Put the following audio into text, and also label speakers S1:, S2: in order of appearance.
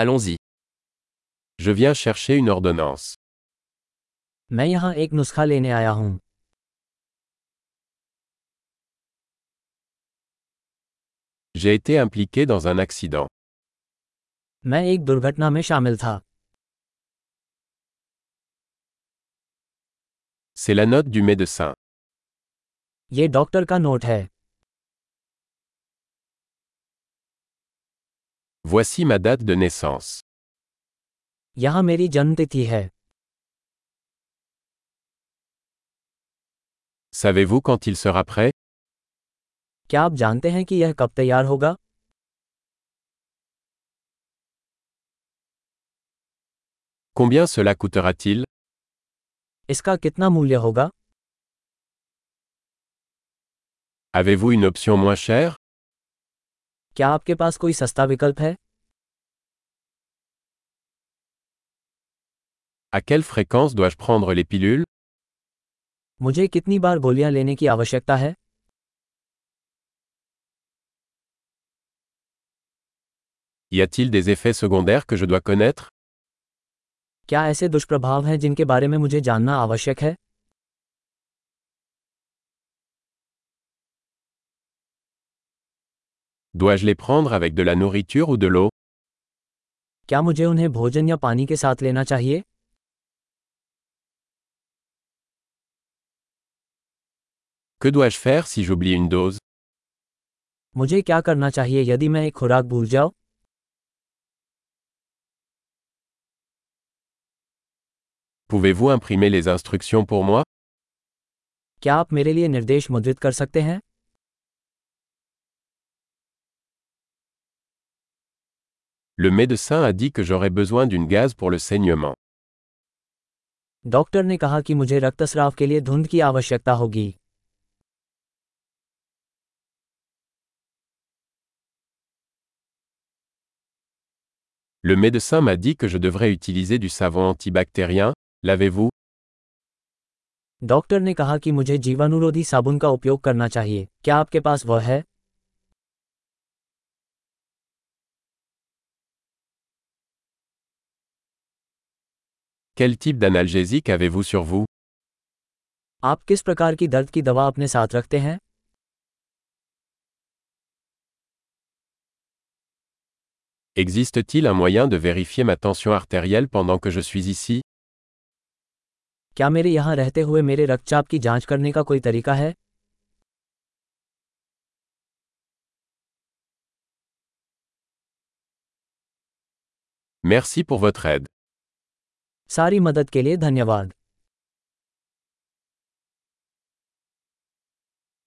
S1: Allons-y. Je viens chercher une ordonnance.
S2: मैं यहाँ एक नुस्खा लेने आया हूँ
S1: J'ai été impliqué dans un accident.
S2: मैं एक दुर्घटना में शामिल था
S1: C'est la note du médecin.
S2: ये डॉक्टर का नोट है
S1: Voici ma date de naissance.
S2: यहाँ मेरी जन्मतिथि है
S1: Savez-vous quand il sera prêt
S2: क्या आप जानते हैं कि यह कब तैयार होगा
S1: Combien cela coûtera-t-il
S2: इसका कितना मूल्य होगा
S1: Avez-vous une option moins chère
S2: क्या आपके पास कोई सस्ता विकल्प है
S1: À quelle fréquence dois-je prendre les pilules
S2: मुझे कितनी बार गोलियां लेने की आवश्यकता है
S1: Y a-t-il des effets secondaires que je dois connaître
S2: क्या ऐसे दुष्प्रभाव हैं जिनके बारे में मुझे जानना आवश्यक है
S1: Dois-je les prendre avec de la nourriture ou de l'eau
S2: क्या मुझे उन्हें भोजन या पानी के साथ लेना चाहिए
S1: Que dois-je faire si j'oublie une dose
S2: मुझे क्या करना चाहिए यदि मैं एक खुराक भूल जाऊं
S1: Pouvez-vous imprimer les instructions pour moi
S2: क्या आप मेरे लिए निर्देश मुद्रित कर सकते हैं
S1: Le médecin a dit que j'aurais besoin d'une gaz pour le saignement.
S2: डॉक्टर ने कहा कि मुझे रक्तस्राव के लिए धुंध की आवश्यकता होगी
S1: Le médecin m'a dit que je devrais utiliser du savon antibactérien. L'avez-vous
S2: डॉक्टर ने कहा कि मुझे जीवाणुरोधी साबुन का उपयोग करना चाहिए क्या आपके पास वह है
S1: Quel type d'analgésique avez-vous sur vous
S2: आप किस प्रकार की दर्द की दवा अपने साथ रखते हैं
S1: Existe-t-il un moyen de vérifier ma tension artérielle pendant que je suis ici
S2: क्या मेरे यहाँ रहते हुए मेरे रक्तचाप की जांच करने का कोई तरीका है
S1: Merci pour votre aide.
S2: सारी मदद के लिए धन्यवाद